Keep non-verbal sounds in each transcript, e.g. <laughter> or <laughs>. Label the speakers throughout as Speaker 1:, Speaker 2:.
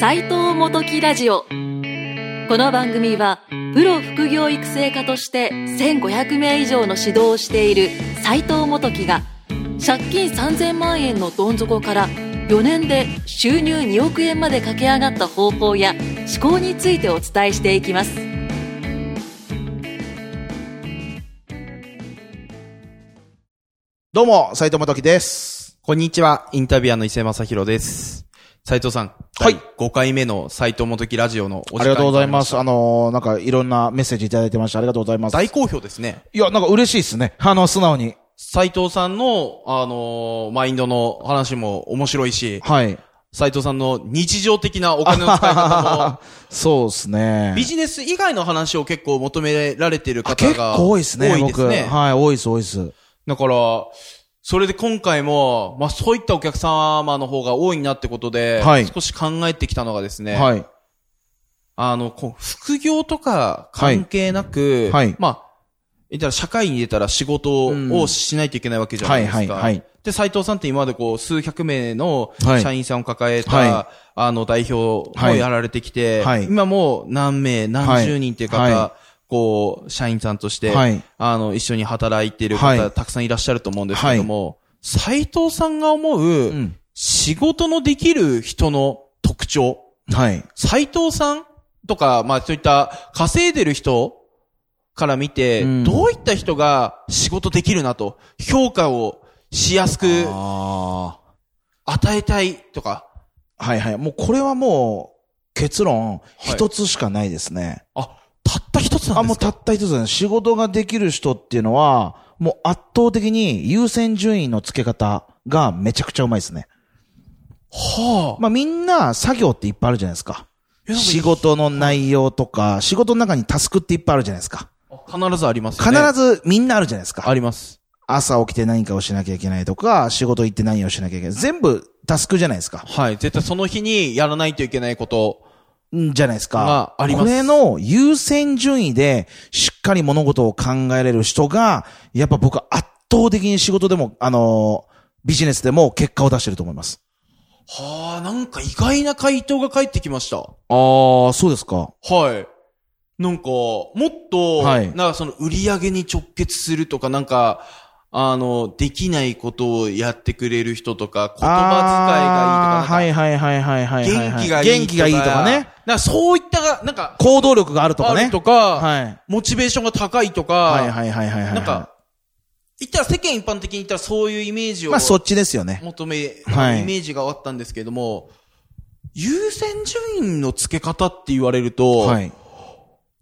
Speaker 1: 斉藤元木ラジオこの番組はプロ副業育成家として1500名以上の指導をしている斉藤元木が借金3000万円のどん底から4年で収入2億円まで駆け上がった方法や思考についてお伝えしていきます
Speaker 2: どうも、斉藤元樹です。
Speaker 3: こんにちは、インタビュアーの伊勢正弘です。斉藤さん。
Speaker 2: はい
Speaker 3: 5回目の斉藤元木ラジオのお時間
Speaker 2: ありがとうございます。
Speaker 3: にな
Speaker 2: あ
Speaker 3: り
Speaker 2: のー、なんかいろんなメッセージいただいてました。ありがとうございま
Speaker 3: まし
Speaker 2: す。
Speaker 3: た大
Speaker 2: い
Speaker 3: 好評ですね。
Speaker 2: や、なんか嬉しいですね。あの、素直に。
Speaker 3: 斉藤さんの、あのーマインドの話も面白いし、
Speaker 2: はい。
Speaker 3: 斉藤さんの日常的なお金の
Speaker 2: <laughs>
Speaker 3: 使い方も、
Speaker 2: そうですね。
Speaker 3: ビジネス以外の話を結構求められてる
Speaker 2: あ
Speaker 3: 方
Speaker 2: 結
Speaker 3: が
Speaker 2: 構多いですね、
Speaker 3: 多いです
Speaker 2: 僕。
Speaker 3: ね。
Speaker 2: はい、多いです、多いです。
Speaker 3: だから、それで今回も、まあそういったお客様の方が多いなってことで、
Speaker 2: はい
Speaker 3: 少し考えてきたのがですね、
Speaker 2: はい。
Speaker 3: あの、こう、副業とか関係なく、
Speaker 2: はいはい
Speaker 3: まあ、言ったら社会に出たら仕事をしないといけないわけじゃ
Speaker 2: は
Speaker 3: ない
Speaker 2: い、
Speaker 3: ですか。
Speaker 2: はい、はい。
Speaker 3: で、斉藤さんって今までこう、数百名の
Speaker 2: はい
Speaker 3: 社員さんを抱えた、
Speaker 2: は
Speaker 3: あの、代表を
Speaker 2: はい
Speaker 3: やられてきて、
Speaker 2: はい
Speaker 3: 今もう何名、何十人っていう方、
Speaker 2: はいは
Speaker 3: こう、社員さんとして、
Speaker 2: はい
Speaker 3: あの、一緒に働いてる方、
Speaker 2: はい
Speaker 3: たくさんいらっしゃると思うんですけども、斉藤さんが思う、
Speaker 2: うん。
Speaker 3: 仕事のできる人の特徴、
Speaker 2: はい。
Speaker 3: 斉藤さんとか、まあそういった稼いでる人から見て、
Speaker 2: うん
Speaker 3: どういった人が仕事できるなと、評価をしやすく
Speaker 2: あ
Speaker 3: 与えたいとか、
Speaker 2: あ。はい、はい。もうこれはもう、結論、
Speaker 3: はい
Speaker 2: 一つしかないですね。
Speaker 3: あ、たった一つな
Speaker 2: あ、
Speaker 3: ん
Speaker 2: もう
Speaker 3: ですか
Speaker 2: たった一つだね。仕事ができる人っていうのは、もう圧倒的に優先順位の付け方がめちゃくちゃうまいですね。
Speaker 3: はあ、
Speaker 2: まあみんな作業っていっぱいあるじゃないですか。
Speaker 3: いやなんか
Speaker 2: 仕事の内容とか、仕事の中にタスクっていっぱいあるじゃないですか。
Speaker 3: 必ずありますよ
Speaker 2: 必
Speaker 3: ね。
Speaker 2: ずみんなあるじゃないですか
Speaker 3: あ。ります。
Speaker 2: 朝起きて何かをしなきゃいけないとか、仕事行って何をしなきゃいけない。全部タスクじゃないですか。
Speaker 3: はい。絶対その日にやらないといけないこと。
Speaker 2: んじゃないですか
Speaker 3: ま。ああります
Speaker 2: これの優先順位で、しっかり物事を考えれる人が、やっぱ僕は圧倒的に仕事でも、あのービジネスでも結果を出してると思います。
Speaker 3: はあ、なんか意外な回答が返ってきました。
Speaker 2: ああ、そうですか。
Speaker 3: はい。なんか、もっと、
Speaker 2: はい
Speaker 3: なんかその売り上げに直結するとか、なんか、あの、できないことをやってくれる人とか、言葉遣いがいいとか、
Speaker 2: はいはいはいはいはいはい、
Speaker 3: 元気がいいとか。
Speaker 2: 元気がいいとかね。。
Speaker 3: なんかそういった、なんか、
Speaker 2: 行動力があるとか
Speaker 3: あ
Speaker 2: ね。
Speaker 3: るとか、
Speaker 2: はい。
Speaker 3: モチベーションが高いとか、
Speaker 2: はいはいはいはいはい。
Speaker 3: なんか、、言ったら世間一般的に言ったらそういうイメージを
Speaker 2: まあそっちですよね。
Speaker 3: 求め、
Speaker 2: はい
Speaker 3: イメージがあったんですけれども、優先順位の付け方って言われると、
Speaker 2: はい。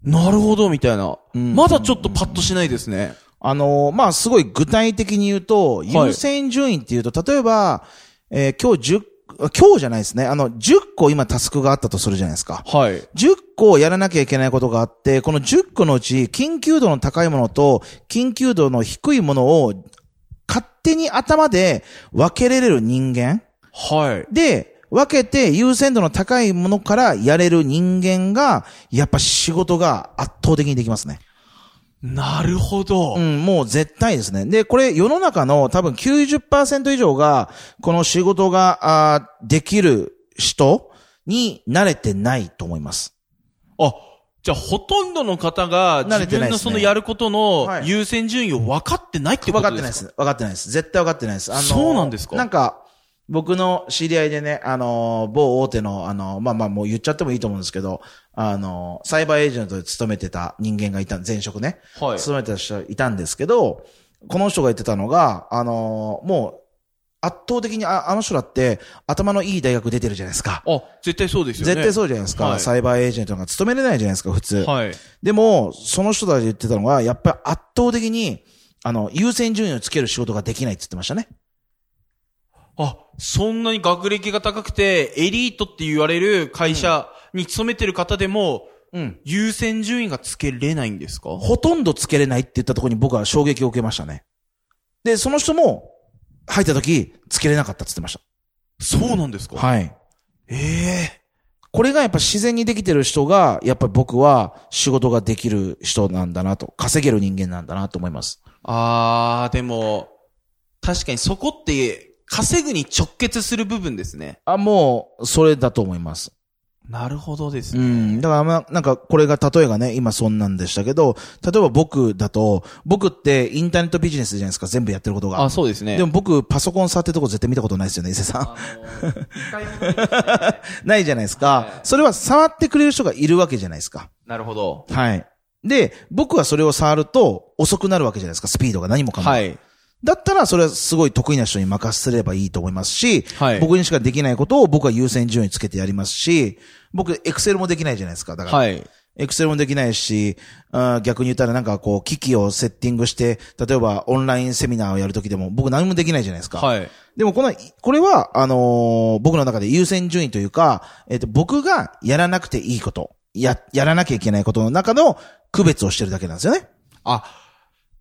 Speaker 3: なるほど、みたいな。
Speaker 2: ん
Speaker 3: まだちょっとパッとしないですね。
Speaker 2: あのーまあすごい具体的に言うと、
Speaker 3: い
Speaker 2: 優先順位っていうと、例えば、えー今日10、あ今日じゃないですね。あの、10個今タスクがあったとするじゃないですか。
Speaker 3: はい。
Speaker 2: 10個やらなきゃいけないことがあって、この10個のうち、緊急度の高いものと、緊急度の低いものを、勝手に頭で分けれる人間
Speaker 3: はい。
Speaker 2: で、分けて優先度の高いものからやれる人間が、やっぱ仕事が圧倒的にできますね。
Speaker 3: なるほど。
Speaker 2: うん、もう絶対ですね。で、これ世の中の多分90%以上が、この仕事が、あーできる人に慣れてないと思います。
Speaker 3: あ、じゃあほとんどの方が
Speaker 2: 慣
Speaker 3: 自
Speaker 2: れてない
Speaker 3: 分
Speaker 2: で
Speaker 3: の
Speaker 2: すね
Speaker 3: そのやること
Speaker 2: は
Speaker 3: の
Speaker 2: い
Speaker 3: 優先順位を分かってないってこ
Speaker 2: 分かっ
Speaker 3: と
Speaker 2: て
Speaker 3: で
Speaker 2: ないですす。
Speaker 3: か
Speaker 2: 分かってないです。絶対分かってないです。
Speaker 3: そうなんですか
Speaker 2: なんか、僕の知り合いでね、あの、某大手の、あの、まあまあもう言っちゃってもいいと思うんですけど、あの、サイバーエージェントで勤めてた人間がいた、前職ね。
Speaker 3: はい。
Speaker 2: 勤めてた人いたんですけど、この人が言ってたのが、あのーもう、圧倒的にああの人だって頭のいい大学出てるじゃないですか。
Speaker 3: あ、絶対そうですよね。
Speaker 2: 絶対そうじゃないですか、
Speaker 3: はい
Speaker 2: サイバーエージェントなんか勤めれないじゃないですか、普通。
Speaker 3: はい。
Speaker 2: でも、その人たちが言ってたのが、やっぱり圧倒的に、あの、優先順位をつける仕事ができないって言ってましたね。
Speaker 3: あ、そんなに学歴が高くて、エリートって言われる会社に勤めてる方でも、
Speaker 2: うん。
Speaker 3: 優先順位がつけれないんですか
Speaker 2: ほとんどつけれないって言ったところに僕は衝撃を受けましたね。で、その人も、入った時、つけれなかったって言ってまし
Speaker 3: そうなんです
Speaker 2: た。
Speaker 3: か
Speaker 2: はい。
Speaker 3: ええ
Speaker 2: これがやっぱ自然にできてる人が、やっぱり僕は仕事ができる人なんだなと、稼げる人間なんだなと思います。
Speaker 3: あー、でも、確かにそこって、稼ぐに直結する部分ですね。
Speaker 2: あ、もう、それだと思います。
Speaker 3: なるほどです
Speaker 2: う
Speaker 3: ね。
Speaker 2: ん。だからまあ、なんか、これが、例えがね、今そんなんでしたけど、例えば僕だと、僕ってインターネットビジネスじゃないですか、全部やってることが。
Speaker 3: あ、そうですね。
Speaker 2: でも僕、パソコン触ってるとこ絶対見たことないですよね、伊勢さん。ないじゃないですか。
Speaker 3: はい
Speaker 2: それは触ってくれる人がいるわけじゃないですか。
Speaker 3: なるほど。
Speaker 2: <laughs> はい。で、僕はそれを触ると遅くなるわけじゃないですか、スピードが何もかも。
Speaker 3: はい。
Speaker 2: だったら、それはすごい得意な人に任せればいいと思いますし、
Speaker 3: はい
Speaker 2: 僕にしかできないことを僕は優先順位つけてやりますし、僕、エクセルもできないじゃないですか。だから、
Speaker 3: はい。
Speaker 2: エクセルもできないし、あー逆に言ったらなんかこう、機器をセッティングして、例えばオンラインセミナーをやるときでも、僕何もできないじゃないですか。
Speaker 3: はい。
Speaker 2: でもこの、これは、あのー僕の中で優先順位というか、えっ、と、僕がやらなくていいこと、や、やらなきゃいけないことの中の区別をしてるだけなんですよね。
Speaker 3: あ、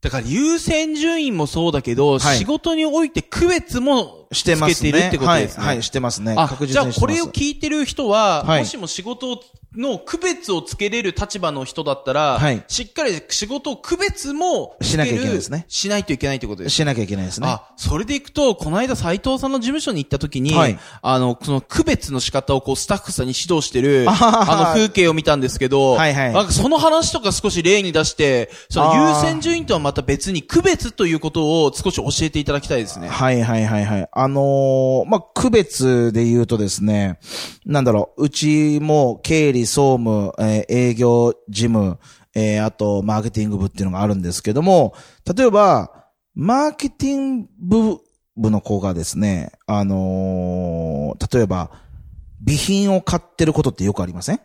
Speaker 3: だから優先順位もそうだけど、
Speaker 2: はい
Speaker 3: 仕事において区別も
Speaker 2: してますね。
Speaker 3: つけてるってことですね。
Speaker 2: はい、はい、してますね。
Speaker 3: あ、
Speaker 2: 確
Speaker 3: じゃ
Speaker 2: 実
Speaker 3: あ
Speaker 2: にして
Speaker 3: こ
Speaker 2: ます。
Speaker 3: れを聞いてる人は、
Speaker 2: はい
Speaker 3: もしも仕事の区別をつけれる立場の人だったら、
Speaker 2: はい
Speaker 3: しっかり仕事を区別もつ
Speaker 2: し
Speaker 3: ける
Speaker 2: なきゃいけないですね
Speaker 3: しないといけないってことですね
Speaker 2: しなきゃいけないですね。
Speaker 3: あ、それでいくと、この間斉藤さんの事務所に行った時に、
Speaker 2: はい
Speaker 3: あの、その区別の仕方をこうスタッフさんに指導してる、
Speaker 2: あはは
Speaker 3: あの風景を見たんですけど、
Speaker 2: はいはい
Speaker 3: なんかその話とか少し例に出して、その
Speaker 2: あー
Speaker 3: 優先順位とはまた別に区別ということを少し教えていただきたいですね。
Speaker 2: はいはいはいはい。あのーまあ、区別で言うとですね、なんだろう、うちも経理、総務、えー営業、事務、えーあと、マーケティング部っていうのがあるんですけども、例えば、マーケティング部の子がですね、あのー例えば、備品を買ってることってよくありません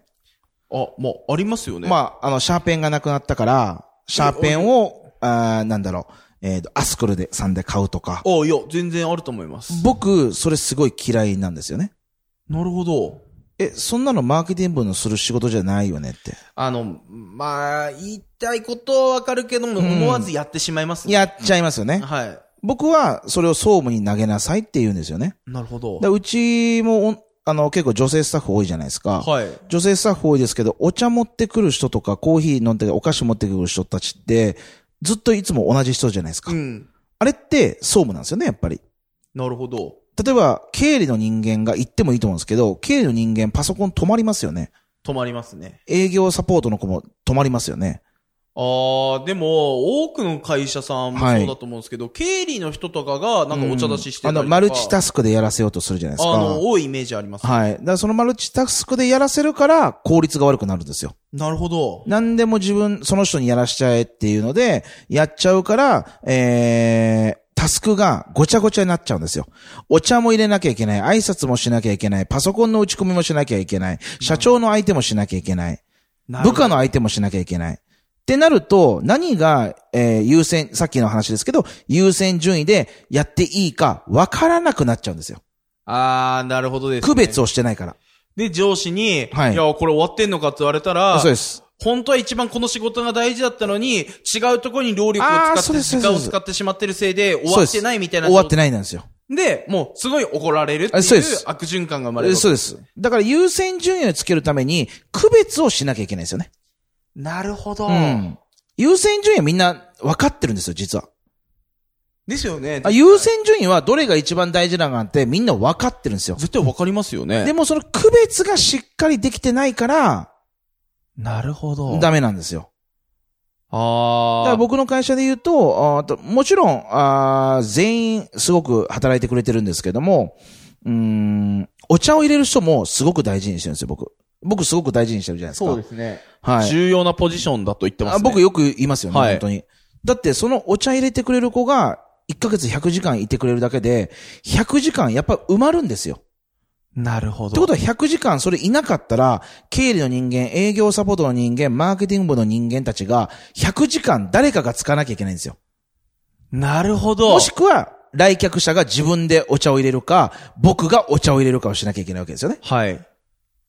Speaker 3: あ、まあ、ありますよね。
Speaker 2: まあ、あの、シャーペンがなくなったから、シャーペンを、あーなんだろう、えっ、と、アスクルで、さんで買うとか。
Speaker 3: あ、いや、全然あると思います。
Speaker 2: 僕、それすごい嫌いなんですよね。
Speaker 3: なるほど。
Speaker 2: え、そんなのマーケティングのする仕事じゃないよねって。
Speaker 3: あの、まあ、言いたいことはわかるけども、
Speaker 2: ん
Speaker 3: 思わずやってしまいますね。
Speaker 2: やっちゃいますよね。
Speaker 3: はい。
Speaker 2: 僕はそれを総務に投げなさいって言うんですよね。
Speaker 3: なるほど
Speaker 2: だ。うちもお、あの、結構女性スタッフ多いじゃないですか。
Speaker 3: はい。
Speaker 2: 女性スタッフ多いですけど、お茶持ってくる人とか、コーヒー飲んでお菓子持ってくる人たちって、ずっといつも同じ人じゃないですか。
Speaker 3: うん。
Speaker 2: あれって総務なんですよね、やっぱり。
Speaker 3: なるほど。
Speaker 2: 例えば、経理の人間が行ってもいいと思うんですけど、経理の人間パソコン止まりますよね。
Speaker 3: 止まりますね。
Speaker 2: 営業サポートの子も止まりますよね。
Speaker 3: ああ、でも、多くの会社さんも
Speaker 2: はい
Speaker 3: そうだと思うんですけど、経理の人とかが、なんかお茶出ししてた
Speaker 2: あ
Speaker 3: りとか、
Speaker 2: の、マルチ
Speaker 3: ス
Speaker 2: タスクでやらせようとするじゃないですか。
Speaker 3: あの、多いイメージあります。
Speaker 2: はい。だからそのマルチタスクでやらせるから効率が悪くなるんですよ。
Speaker 3: なるほど。
Speaker 2: 何でも自分、その人にやらしちゃえっていうので、やっちゃうから、えー、タスクがごちゃごちゃになっちゃうんですよ。お茶も入れなきゃいけない、挨拶もしなきゃいけない、パソコンの打ち込みもしなきゃいけない、社長の相手もしなきゃいけない、
Speaker 3: な
Speaker 2: 部
Speaker 3: るほど
Speaker 2: 下の相手もしなきゃいけない。ってなると、何が、えー優先、さっきの話ですけど、優先順位でやっていいか分からなくなっちゃうんですよ。
Speaker 3: ああ、なるほどです、ね。
Speaker 2: 区別をしてないから。
Speaker 3: で、上司に、
Speaker 2: はい
Speaker 3: い、や、これ終わってんのかって言われたら、
Speaker 2: そうです。
Speaker 3: 本当は一番この仕事が大事だったのに、違うところに労力を
Speaker 2: あー
Speaker 3: 使
Speaker 2: そ
Speaker 3: っ
Speaker 2: う
Speaker 3: て、
Speaker 2: です
Speaker 3: 時間
Speaker 2: そう
Speaker 3: を
Speaker 2: です
Speaker 3: 使ってしまってるせいで、終わってないみたいな。
Speaker 2: 終わって
Speaker 3: な
Speaker 2: ないなんですよ。
Speaker 3: い。で、もう、すごい怒られるってい
Speaker 2: あそうで
Speaker 3: う
Speaker 2: す
Speaker 3: 悪循環が生まれる。
Speaker 2: そうです。だから優先順位をつけるために、区別をしなきゃいけないですよね。
Speaker 3: なるほど。
Speaker 2: うん。優先順位はみんな分かってるんですよ、実は。
Speaker 3: ですよね。
Speaker 2: あ優先順位はどれが一番大事なのかってみんな分かってるんですよ。
Speaker 3: 絶対わかりますよね。
Speaker 2: でもその区別がしっかりできてないから、
Speaker 3: なるほど
Speaker 2: ダメなんですよ。
Speaker 3: あ
Speaker 2: だ
Speaker 3: あ。
Speaker 2: から僕の会社で言うと、あーあともちろんあー、全員すごく働いてくれてるんですけども、うーん、お茶を入れる人もすごく大事にしてるんですよ、僕。僕すごく大事にしてるじゃないですか。
Speaker 3: そうですね、
Speaker 2: はい。
Speaker 3: 重要なポジションだと言ってます
Speaker 2: あ
Speaker 3: ね。
Speaker 2: 僕よく言いますよね、
Speaker 3: はい
Speaker 2: 本当に。だって、そのお茶入れてくれる子が、1ヶ月100時間いてくれるだけで、100時間やっぱ埋まるんですよ。
Speaker 3: なるほ
Speaker 2: ってことは100時間それいなかったら、経理の人間、営業サポートの人間、マーケティング部の人間たちが、100時間誰かが使わなきゃいけないんですよ。
Speaker 3: なるほど。
Speaker 2: もしくは、来客者が自分でお茶を入れるか、僕がお茶を入れるかをしなきゃいけないわけですよね。
Speaker 3: はい。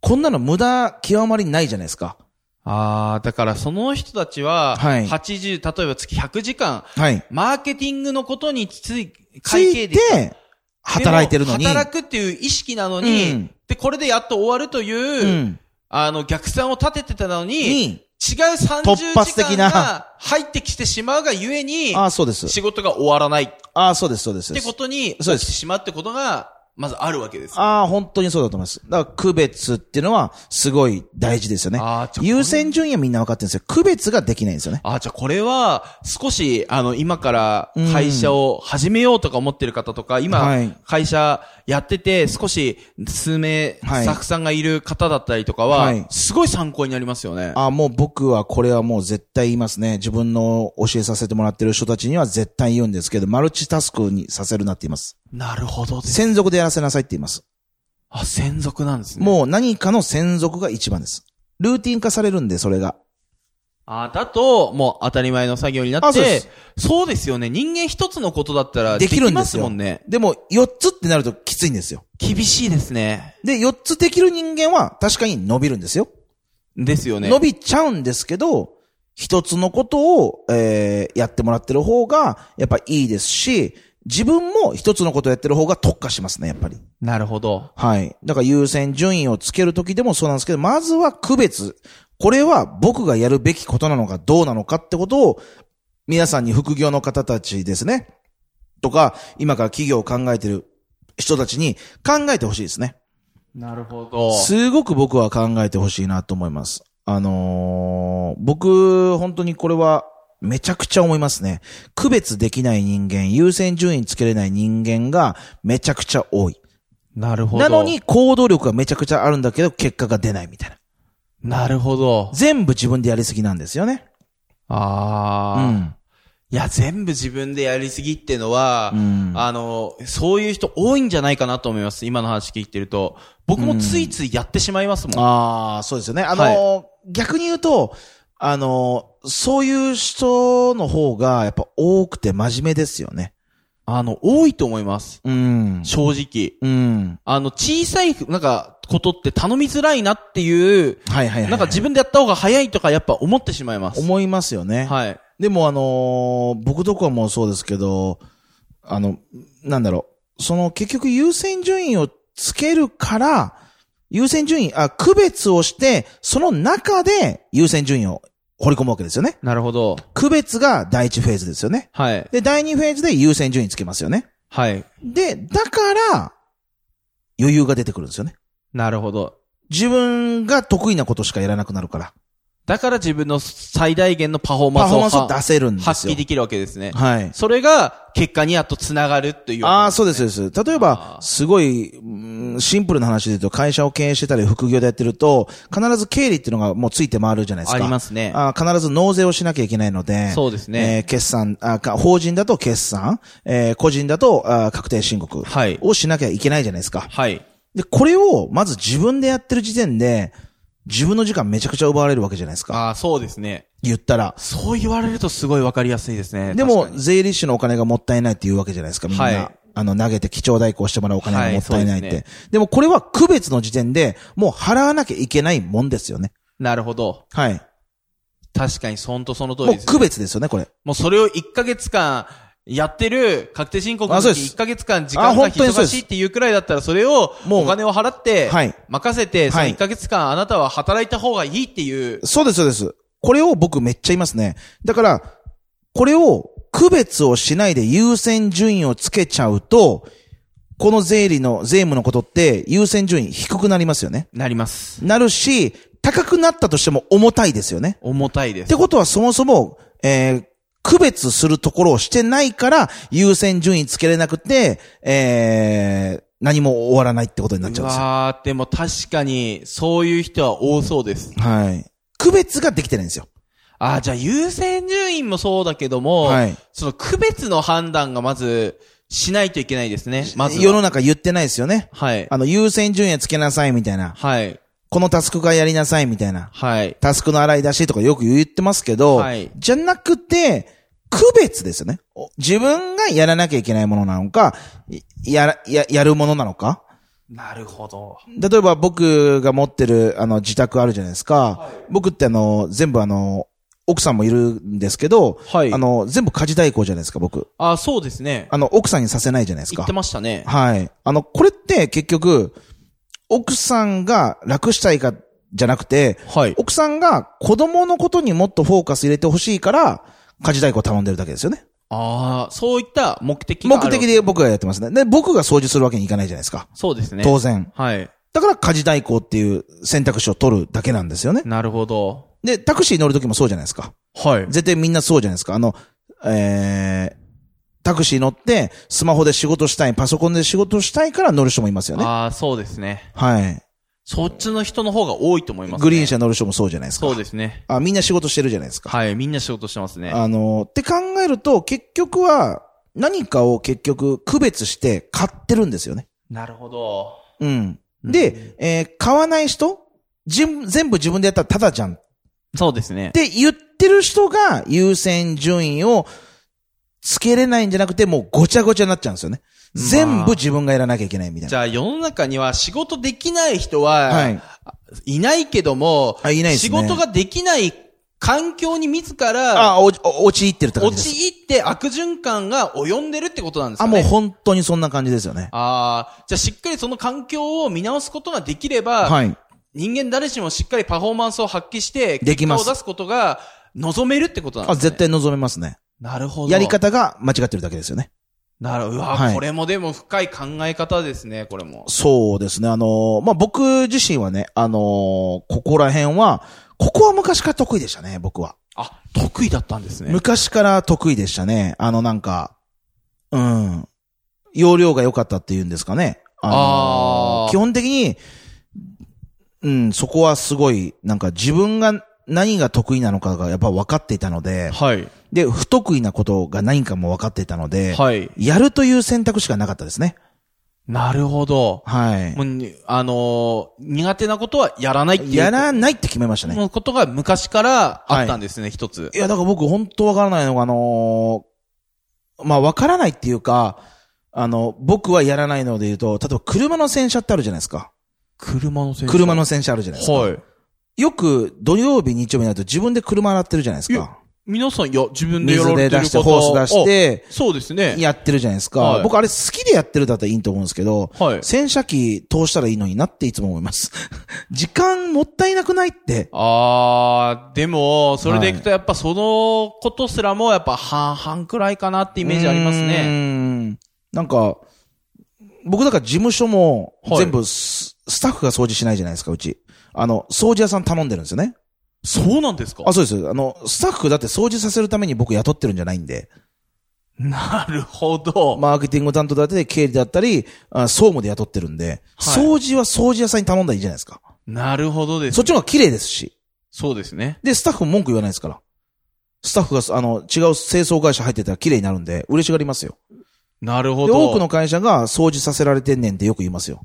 Speaker 2: こんなの無駄極まりないじゃないですか。
Speaker 3: ああ、だからその人たちは、
Speaker 2: はい
Speaker 3: 80、例えば月100時間、
Speaker 2: はい。
Speaker 3: マーケティングのことについ、
Speaker 2: つ
Speaker 3: 会
Speaker 2: い
Speaker 3: 計
Speaker 2: て、働いてるのに。
Speaker 3: でも働くっていう意識なのに、
Speaker 2: うん
Speaker 3: で、これでやっと終わるとい
Speaker 2: う
Speaker 3: う、
Speaker 2: ん。
Speaker 3: あの、逆算を立ててたのに、違う
Speaker 2: に、
Speaker 3: 30
Speaker 2: 突発的
Speaker 3: 時
Speaker 2: な
Speaker 3: 間が入ってきてしまうがゆえに、
Speaker 2: ああ、そうです。
Speaker 3: 仕事が終わらない。
Speaker 2: ああ、そうです、そうです。
Speaker 3: ってことに、
Speaker 2: そう
Speaker 3: そう
Speaker 2: で
Speaker 3: ですしてしまうってことが、まずあるわけですよ。
Speaker 2: ああ、本当にそうだと思います。だから区別っていうのはすごい大事ですよね
Speaker 3: あーちょ。
Speaker 2: 優先順位はみんな分かってるんですよ。区別ができないんですよね。
Speaker 3: あ、じゃあこれは、少し、あの、今から会社を始めようとか思ってる方とか、
Speaker 2: は
Speaker 3: 今
Speaker 2: い、
Speaker 3: 会社やってて、少し、数名、
Speaker 2: はい
Speaker 3: スタッフさんがいる方だったりとかは、
Speaker 2: はい
Speaker 3: すごい参考になりますよね。
Speaker 2: あーもう僕はこれはもう絶対言いますね。自分の教えさせてもらってる人たちには絶対言うんですけど、マルチタスクにさせるなって言います。
Speaker 3: なるほどです。
Speaker 2: 専属でやらせなさいって言います。
Speaker 3: あ、専属なんですね。う。
Speaker 2: もう何かの専属が一番です。ルーティン化されるんで、それが。
Speaker 3: あ、だと、もう当たり前の作業になって、
Speaker 2: あ
Speaker 3: そ
Speaker 2: そうう
Speaker 3: で
Speaker 2: ですす
Speaker 3: よね。人間一つのことだったら、
Speaker 2: で
Speaker 3: で
Speaker 2: き
Speaker 3: きる
Speaker 2: る
Speaker 3: ん
Speaker 2: ん
Speaker 3: で
Speaker 2: ですす
Speaker 3: も
Speaker 2: よ
Speaker 3: んね。
Speaker 2: でも、4つってなるときついんですよ。
Speaker 3: 厳しいですね。
Speaker 2: で、4つできる人間は確かに伸びるんですよ。
Speaker 3: ですよね。
Speaker 2: 伸びちゃうんですけど、一つのことを、えーやってもらってる方が、やっぱいいですし、自分も一つのことをやってる方が特化しますね、やっぱり。
Speaker 3: なるほど。
Speaker 2: はい。だから優先順位をつけるときでもそうなんですけど、まずは区別。これは僕がやるべきことなのかどうなのかってことを、皆さんに副業の方たちですね。とか、今から企業を考えてる人たちに考えてほしいですね。
Speaker 3: なるほど
Speaker 2: すごく僕は考えてほしいなと思います。あのー僕、本当にこれは、めちゃくちゃ思いますね。区別できない人間、優先順位つけれない人間がめちゃくちゃ多い。
Speaker 3: なるほど。
Speaker 2: なのに、行動力がめちゃくちゃあるんだけど、結果が出ないみたいな。
Speaker 3: なるほど。
Speaker 2: 全部自分でやりすぎなんですよね。う
Speaker 3: ああ。
Speaker 2: ん。
Speaker 3: いや、全部自分でやりすぎってのは、
Speaker 2: うん
Speaker 3: あの、そういう人多いんじゃないかなと思います。今の話聞いてると。僕もついついやってしまいますもん。
Speaker 2: ああ、そうですよね。あのー逆に言うと、あのーそういう人の方が、やっぱ多くて真面目ですよね。
Speaker 3: あの、多いと思います。
Speaker 2: うん。
Speaker 3: 正直。
Speaker 2: うん。
Speaker 3: あの、小さい、なんか、ことって頼みづらいなっていう、
Speaker 2: はいはいはい、はい。
Speaker 3: なんか自分でやった方が早いとかやっぱ思ってしまいます。
Speaker 2: 思いますよね。
Speaker 3: はい。
Speaker 2: でもあのー僕とかもそうですけど、あの、なんだろう、その結局優先順位をつけるから、優先順位、あ、区別をして、その中で優先順位を掘り込むわけですよね。
Speaker 3: なるほど。
Speaker 2: 区別が第一フェーズですよね。
Speaker 3: はい。
Speaker 2: で、第二フェーズで優先順位つけますよね。
Speaker 3: はい。
Speaker 2: で、だから、余裕が出てくるんですよね。
Speaker 3: なるほど。
Speaker 2: 自分が得意なことしかやらなくなるから、
Speaker 3: だから自分の最大限のパフォーマ
Speaker 2: パ
Speaker 3: ンス
Speaker 2: フォ
Speaker 3: を
Speaker 2: ーマンスを
Speaker 3: は
Speaker 2: 出せるんですよ。
Speaker 3: 発揮できるわけですね。
Speaker 2: はい。
Speaker 3: それが結果にやっと繋がるっていう。
Speaker 2: ああ、そうです、そうです。例え
Speaker 3: あ
Speaker 2: ば
Speaker 3: ー、
Speaker 2: すごい、うんシンプルな話で言うと、会社を経営してたり、副業でやってると、必ず経理っていうのがもうついて回るじゃないです
Speaker 3: あ
Speaker 2: か。
Speaker 3: りますね。
Speaker 2: あー必ず納税をしなきゃいけないので、
Speaker 3: そうですね
Speaker 2: えー決算あか、法人だと決算、えー個人だとあー確定申告
Speaker 3: はい
Speaker 2: をしなきゃいけないじゃないですか。
Speaker 3: はい。
Speaker 2: で、これをまず自分でやってる時点で、自分の時間めちゃくちゃ奪われるわけじゃないですか。
Speaker 3: ああ、そうですね。
Speaker 2: 言ったら。
Speaker 3: そう言われるとすごいわかりやすいですね。
Speaker 2: で
Speaker 3: 確
Speaker 2: も、
Speaker 3: かに
Speaker 2: 税理士のお金がもったいないって言うわけじゃないですか、みんな。
Speaker 3: はい
Speaker 2: あの、投げて基調代行してもらうお金がもったいないって。
Speaker 3: はい
Speaker 2: で
Speaker 3: そうで
Speaker 2: もこれは区別の時点で、もう払わなきゃいけないもんですよね。
Speaker 3: なるほど。
Speaker 2: はい。
Speaker 3: 確かに、そんとその通り
Speaker 2: もう
Speaker 3: です。
Speaker 2: 区別ですよね、これ。
Speaker 3: もうそれを1ヶ月間やってる確定申告の
Speaker 2: あそう
Speaker 3: 時
Speaker 2: です
Speaker 3: 1ヶ月間時間が
Speaker 2: あ本当にそうで
Speaker 3: 忙
Speaker 2: す
Speaker 3: しいっていうくらいだったらそれを
Speaker 2: もう
Speaker 3: お金を払って
Speaker 2: はい
Speaker 3: 任せてその
Speaker 2: はい
Speaker 3: 1ヶ月間あなたは働いた方がいいっていう。
Speaker 2: そうです、そうです。これを僕めっちゃ言いますね。だから、これを区別をしないで優先順位をつけちゃうと、この税理の、税務のことって優先順位低くなりますよね。
Speaker 3: なります。
Speaker 2: なるし、高くなったとしても重たいですよね。
Speaker 3: 重たいで
Speaker 2: っ
Speaker 3: す
Speaker 2: て。ことはそもそも、えー区別するところをしてないから、優先順位つけれなくて、えー何も終わらないってことになっちゃ
Speaker 3: う
Speaker 2: うんですよ。
Speaker 3: わー、でも確かに、そういう人は多そうです。
Speaker 2: はい。区別ができてないんですよ。
Speaker 3: ああ、じゃあ優先順位もそうだけども、
Speaker 2: はい
Speaker 3: その区別の判断がまずしないといけないですね。まずは。
Speaker 2: 世の中言ってないですよね。
Speaker 3: はい。
Speaker 2: あの、優先順位はつけなさいみたいな。
Speaker 3: はい。
Speaker 2: このタスクがやりなさいみたいな。
Speaker 3: はい。
Speaker 2: タスクの洗い出しとかよく言ってますけど、
Speaker 3: はい
Speaker 2: じゃなくて、区別ですよね。お自分がやらなきゃいけないものなのか、いやら、や、やるものなのか。
Speaker 3: なるほど。
Speaker 2: 例えば僕が持ってる、あの、自宅あるじゃないですか。僕ってあの、全部あの、奥さんもいるんですけど、
Speaker 3: はい
Speaker 2: あの、全部家事代行じゃないですか、僕。
Speaker 3: ああ、そうですね。
Speaker 2: あの、奥さんにさせないじゃないです
Speaker 3: 言
Speaker 2: か
Speaker 3: って。ましたね。
Speaker 2: はい。あの、これって結局、奥さんが楽したいか、じゃなくて、
Speaker 3: はい
Speaker 2: 奥さんが子供のことにもっとフォーカス入れてほしいから、家事代行頼んでるだけですよね。
Speaker 3: ああ、そういった目的があ
Speaker 2: 目
Speaker 3: る。
Speaker 2: 的。で僕がやってますね。で、僕が掃除するわけにいかないじゃないですか。
Speaker 3: そうですね。
Speaker 2: 当然。
Speaker 3: はい。
Speaker 2: だから家事代行っていう選択肢を取るだけなんですよね。
Speaker 3: なるほど。
Speaker 2: で、タクシー乗るときもそうじゃないですか。
Speaker 3: はい。
Speaker 2: 絶対みんなそうじゃないですか。あの、えー、タクシー乗って、スマホで仕事したい、パソコンで仕事したいから乗る人もいますよね。
Speaker 3: ああ、そうですね。
Speaker 2: はい。
Speaker 3: そっちの人の方が多いと思います、ね。
Speaker 2: グリーン車乗る人もそうじゃないですか。
Speaker 3: そうですね。
Speaker 2: あ、みんな仕事してるじゃないですか。
Speaker 3: はい。みんな仕事してますね。
Speaker 2: あの、って考えると、結局は、何かを結局、区別して買ってるんですよね。
Speaker 3: なるほど。
Speaker 2: うん。で、えー買わない人じん全部自分でやったらただじゃんっ
Speaker 3: そうですね。
Speaker 2: て言ってる人が優先順位をつけれないんじゃなくて、もうごちゃごちゃになっちゃうんですよね。
Speaker 3: まあ
Speaker 2: 全部自分がやらなきゃいけないみたい
Speaker 3: じ
Speaker 2: な。
Speaker 3: ゃあ世の中には仕事できない人
Speaker 2: は、。
Speaker 3: はいいないけども、
Speaker 2: あいないです
Speaker 3: 仕
Speaker 2: ね
Speaker 3: 事ができない環境に自ら
Speaker 2: あ、おお陥ってるって感じです。
Speaker 3: 陥って悪循環が及んでるってことなんです
Speaker 2: あ、
Speaker 3: か
Speaker 2: もう
Speaker 3: ね。
Speaker 2: 本当にそんな感じですよね。
Speaker 3: ああ、じゃあしっかりその環境を見直すことができれば、
Speaker 2: はい。
Speaker 3: 人間誰しもしっかりパフォーマンスを発揮して、
Speaker 2: でき
Speaker 3: 結果
Speaker 2: ま
Speaker 3: を
Speaker 2: す
Speaker 3: 出すことが望めるってことなんで
Speaker 2: あ、
Speaker 3: すね。
Speaker 2: 絶。対望めますね。
Speaker 3: なるほど。
Speaker 2: やり。方が間違ってるだけですよね。
Speaker 3: なるほど。うわ、
Speaker 2: はい
Speaker 3: これもでも深い考え方ですね、これも。
Speaker 2: そうですね。あのーまあ、僕自身はね、あのーここら辺は、ここは昔から得意でしたね、僕は。
Speaker 3: あ、得意だったんですね。
Speaker 2: 昔から得意でしたね。あの、なんか、うん。容量が良かったっていうんですかね。あのー
Speaker 3: あー
Speaker 2: 基本的に、うん、そこはすごい、なんか自分が何が得意なのかがやっぱ分かっていたので、
Speaker 3: はい。
Speaker 2: で、不得意なことが何かも分かっていたので、
Speaker 3: はい。
Speaker 2: やるという選択しかなかったですね。
Speaker 3: なるほど。
Speaker 2: はい
Speaker 3: も。うに、あのー苦手なことはやらないっていう。
Speaker 2: やらないって決めましたね。
Speaker 3: もうことが昔からあったんですね、一つ
Speaker 2: い。や、だから僕本当わからないのが、あのーまあ、わからないっていうか、あの、僕はやらないので言うと、例えば車の洗車ってあるじゃないですか。
Speaker 3: 車の選手。
Speaker 2: 車の
Speaker 3: は
Speaker 2: 洗車あるじゃないですか。
Speaker 3: い。
Speaker 2: よく土曜日、日曜日になると自分で車洗ってるじゃないです
Speaker 3: い
Speaker 2: か。
Speaker 3: 皆さん、いや、自分でやら
Speaker 2: 水
Speaker 3: れ
Speaker 2: で
Speaker 3: て
Speaker 2: 出
Speaker 3: るこ
Speaker 2: して、
Speaker 3: と
Speaker 2: ホース出して
Speaker 3: あ、そうですね。
Speaker 2: やってるじゃないですか。
Speaker 3: はい
Speaker 2: 僕あれ好きでやってるだったらいいと思うんですけど、
Speaker 3: はい。
Speaker 2: 洗車機通したらいいのになっていつも思います。 <laughs> 時間もったいなくないって。
Speaker 3: あー、でも、それでいくと、やっぱそのことすらも、やっぱ半々くらいかなってイメージあります
Speaker 2: うー
Speaker 3: ね。
Speaker 2: ん。なんか、僕だから事務所も
Speaker 3: はい
Speaker 2: 全部ス,、スタッフが掃除しないじゃないですか、うち。あの、掃除屋さん頼んでるんですよね。
Speaker 3: そうなんですか
Speaker 2: あ、そうです。あの、スタッフだって掃除させるために僕雇ってるんじゃないんで。
Speaker 3: なるほど。
Speaker 2: マーケティング担当だって経理だったり、あ総務で雇ってるんで、
Speaker 3: はい
Speaker 2: 掃除は掃除屋さんに頼んだらいいじゃないですか。
Speaker 3: なるほどです。
Speaker 2: そっちの方が綺麗ですし。
Speaker 3: そうですね。
Speaker 2: で、スタッフも文句言わないですから。スタッフが、あの、違う清掃会社入ってたら綺麗になるんで、嬉しがりますよ。
Speaker 3: なるほ
Speaker 2: で、
Speaker 3: ど。
Speaker 2: 多くの会社が掃除させられてんねんってよく言いますよ。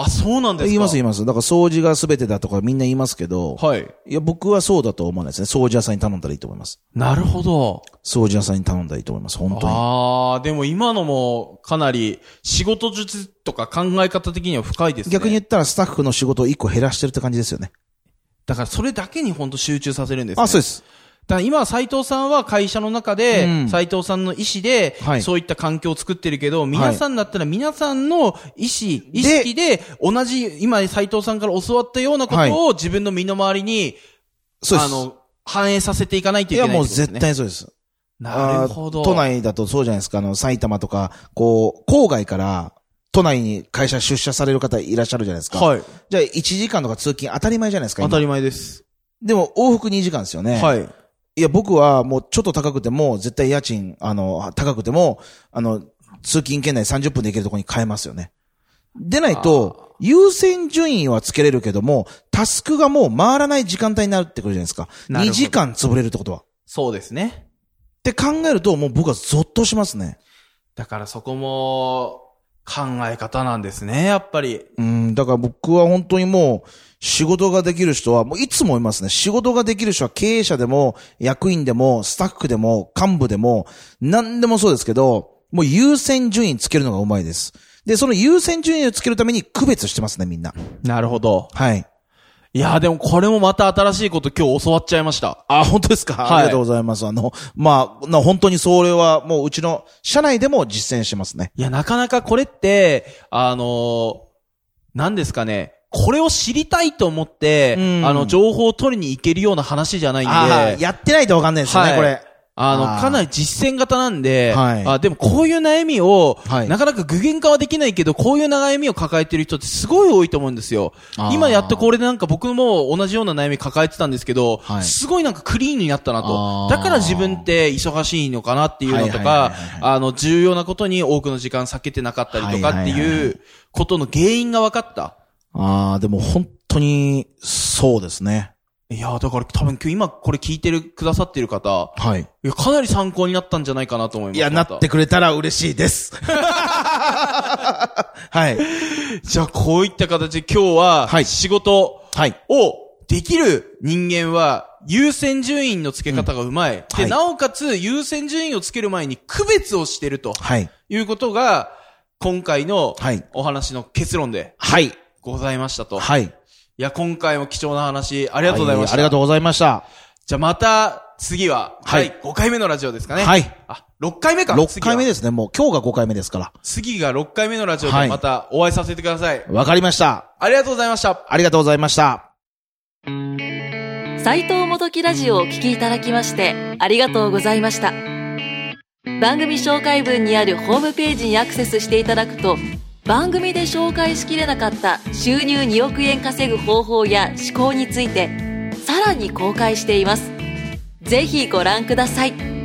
Speaker 3: あ、そうなんですか
Speaker 2: 言います、言います。だから掃除が全てだとかみんな言いますけど、
Speaker 3: はい。
Speaker 2: い、や、僕はそうだとは思わないですね。掃除屋さんに頼んだらいいと思います。
Speaker 3: なるほど。
Speaker 2: 掃除屋さんに頼んだらいいと思います。本当に。
Speaker 3: ああ、でも今のもかなり仕事術とか考え方的には深いですね。
Speaker 2: 逆に言ったらスタッフの仕事を一個減らしてるって感じですよね。
Speaker 3: だからそれだけに本当集中させるんです、ね。
Speaker 2: あ、そう
Speaker 3: です。
Speaker 2: です。
Speaker 3: だから今は斎藤さんは会社の中で、
Speaker 2: うん
Speaker 3: 斎藤さんの意思で、
Speaker 2: はい
Speaker 3: そういった環境を作ってるけど、皆さんだったら皆さんの意思、意識で、同じ、今斎藤さんから教わったようなこ
Speaker 2: はい
Speaker 3: とを自分の身の回りに、
Speaker 2: そうで
Speaker 3: あ
Speaker 2: す。
Speaker 3: の、反映させていかないと
Speaker 2: い
Speaker 3: いけな
Speaker 2: や、
Speaker 3: い
Speaker 2: も
Speaker 3: ってこ
Speaker 2: う
Speaker 3: とですね。
Speaker 2: 絶対そうです。
Speaker 3: なるほど。
Speaker 2: あー都。内だとそうじゃないですか。あの、埼玉とか、こう、郊外から、都内に会社出社される方いらっしゃるじゃないですか。
Speaker 3: はい。
Speaker 2: じゃあ、1時間とか通勤当たり前じゃないですか。
Speaker 3: 当
Speaker 2: 今
Speaker 3: たり前です。
Speaker 2: でも、往復2時間ですよね。
Speaker 3: はい。
Speaker 2: いや、僕はもうちょっと高くても、絶対家賃、あの、高くても、あの、通勤圏内30分で行けるところに変えますよね。でないと、優先順位はつけれるけども、タスクがもう回らない時間帯になるってくるじゃないですか。
Speaker 3: なるほ
Speaker 2: 2
Speaker 3: ど
Speaker 2: 時間潰れるってことは。っ
Speaker 3: そうですね。
Speaker 2: て考えると、もう僕はゾッとしますね。
Speaker 3: だからそこも、考え方なんですね、やっぱり。
Speaker 2: うん、だから僕は本当にもう、仕事ができる人は、もういつもいますね。仕事ができる人は経営者でも、役員でも、スタッフでも、幹部でも、何でもそうですけど、もう優先順位つけるのがうまいです。で、その優先順位をつけるために区別してますね、みんな。
Speaker 3: なるほど。
Speaker 2: はい。
Speaker 3: いやーでもこれもまた新しいこと今日教わっちゃいました。
Speaker 2: あ、本当ですか、
Speaker 3: はい
Speaker 2: ありがとうございます。あの、まあ、な本当にそれはもううちの社内でも実践してますね。
Speaker 3: いや、なかなかこれって、あのー、何ですかね。これを知りたいと思って
Speaker 2: う、ん
Speaker 3: あの、情報を取りに行けるような話じゃないんで。
Speaker 2: あーやってないとわかんないですよね、
Speaker 3: はい
Speaker 2: これ。
Speaker 3: あの、
Speaker 2: あー
Speaker 3: かなり実践型なんで、
Speaker 2: はい
Speaker 3: あでもこういう悩みを、
Speaker 2: はい
Speaker 3: なかなか具現化はできないけど、こういう悩みを抱えてる人ってすごい多いと思うんですよ
Speaker 2: あー。
Speaker 3: 今やっとこれでなんか僕も同じような悩み抱えてたんですけど、
Speaker 2: はい
Speaker 3: すごいなんかクリーンになったな
Speaker 2: あ
Speaker 3: と。
Speaker 2: ー
Speaker 3: だから自分って忙しいのかなっていう
Speaker 2: は
Speaker 3: のと
Speaker 2: いはい
Speaker 3: か
Speaker 2: はいはい、
Speaker 3: あの、重要なことに多くの時間避けてなかったりとかって
Speaker 2: はいはいはい
Speaker 3: いうことの原因が分かった。
Speaker 2: ああ、でも本当に、そうですね。
Speaker 3: いやーだから多分今日今これ聞いてる、くださってる方、
Speaker 2: はい。
Speaker 3: いや、かなり参考になったんじゃないかなと思います。
Speaker 2: いや、な
Speaker 3: ま
Speaker 2: ったてくれたら嬉しい <laughs> です。はい。
Speaker 3: じゃあ、こういった形で今日は、
Speaker 2: はい
Speaker 3: 仕事
Speaker 2: はい。
Speaker 3: をできる人間は、優先順位の付け方がうまい。で、
Speaker 2: はい
Speaker 3: なおかつ、優先順位をつける前に区別をしてると
Speaker 2: はい。
Speaker 3: いうことが、今回の
Speaker 2: はい
Speaker 3: お話の結論で
Speaker 2: はい。
Speaker 3: ございましたと。い、
Speaker 2: はい。あ
Speaker 3: や、今回も貴重な話、ありがとうございました。
Speaker 2: ありがとう
Speaker 3: う。
Speaker 2: ございました。
Speaker 3: じゃあ、また、次は、
Speaker 2: はい
Speaker 3: 第5回目のラジオですかね。
Speaker 2: はい。
Speaker 3: あ、6回目か。
Speaker 2: 6回目
Speaker 3: で。
Speaker 2: ですね。もう今日が5回目ですから。
Speaker 3: 次が6回目のラジオ
Speaker 2: は
Speaker 3: で
Speaker 2: い
Speaker 3: またお会いさせてください、
Speaker 2: わかりました。
Speaker 3: ありがとうございました。
Speaker 2: ありがとうございました。
Speaker 1: 斉藤元木ラジオをお聞きいただきましてありがとうございました番組紹介文にあるホームページにアクセスしていただくと番組で紹介しきれなかった収入2億円稼ぐ方法や思考についてさらに公開していますぜひご覧ください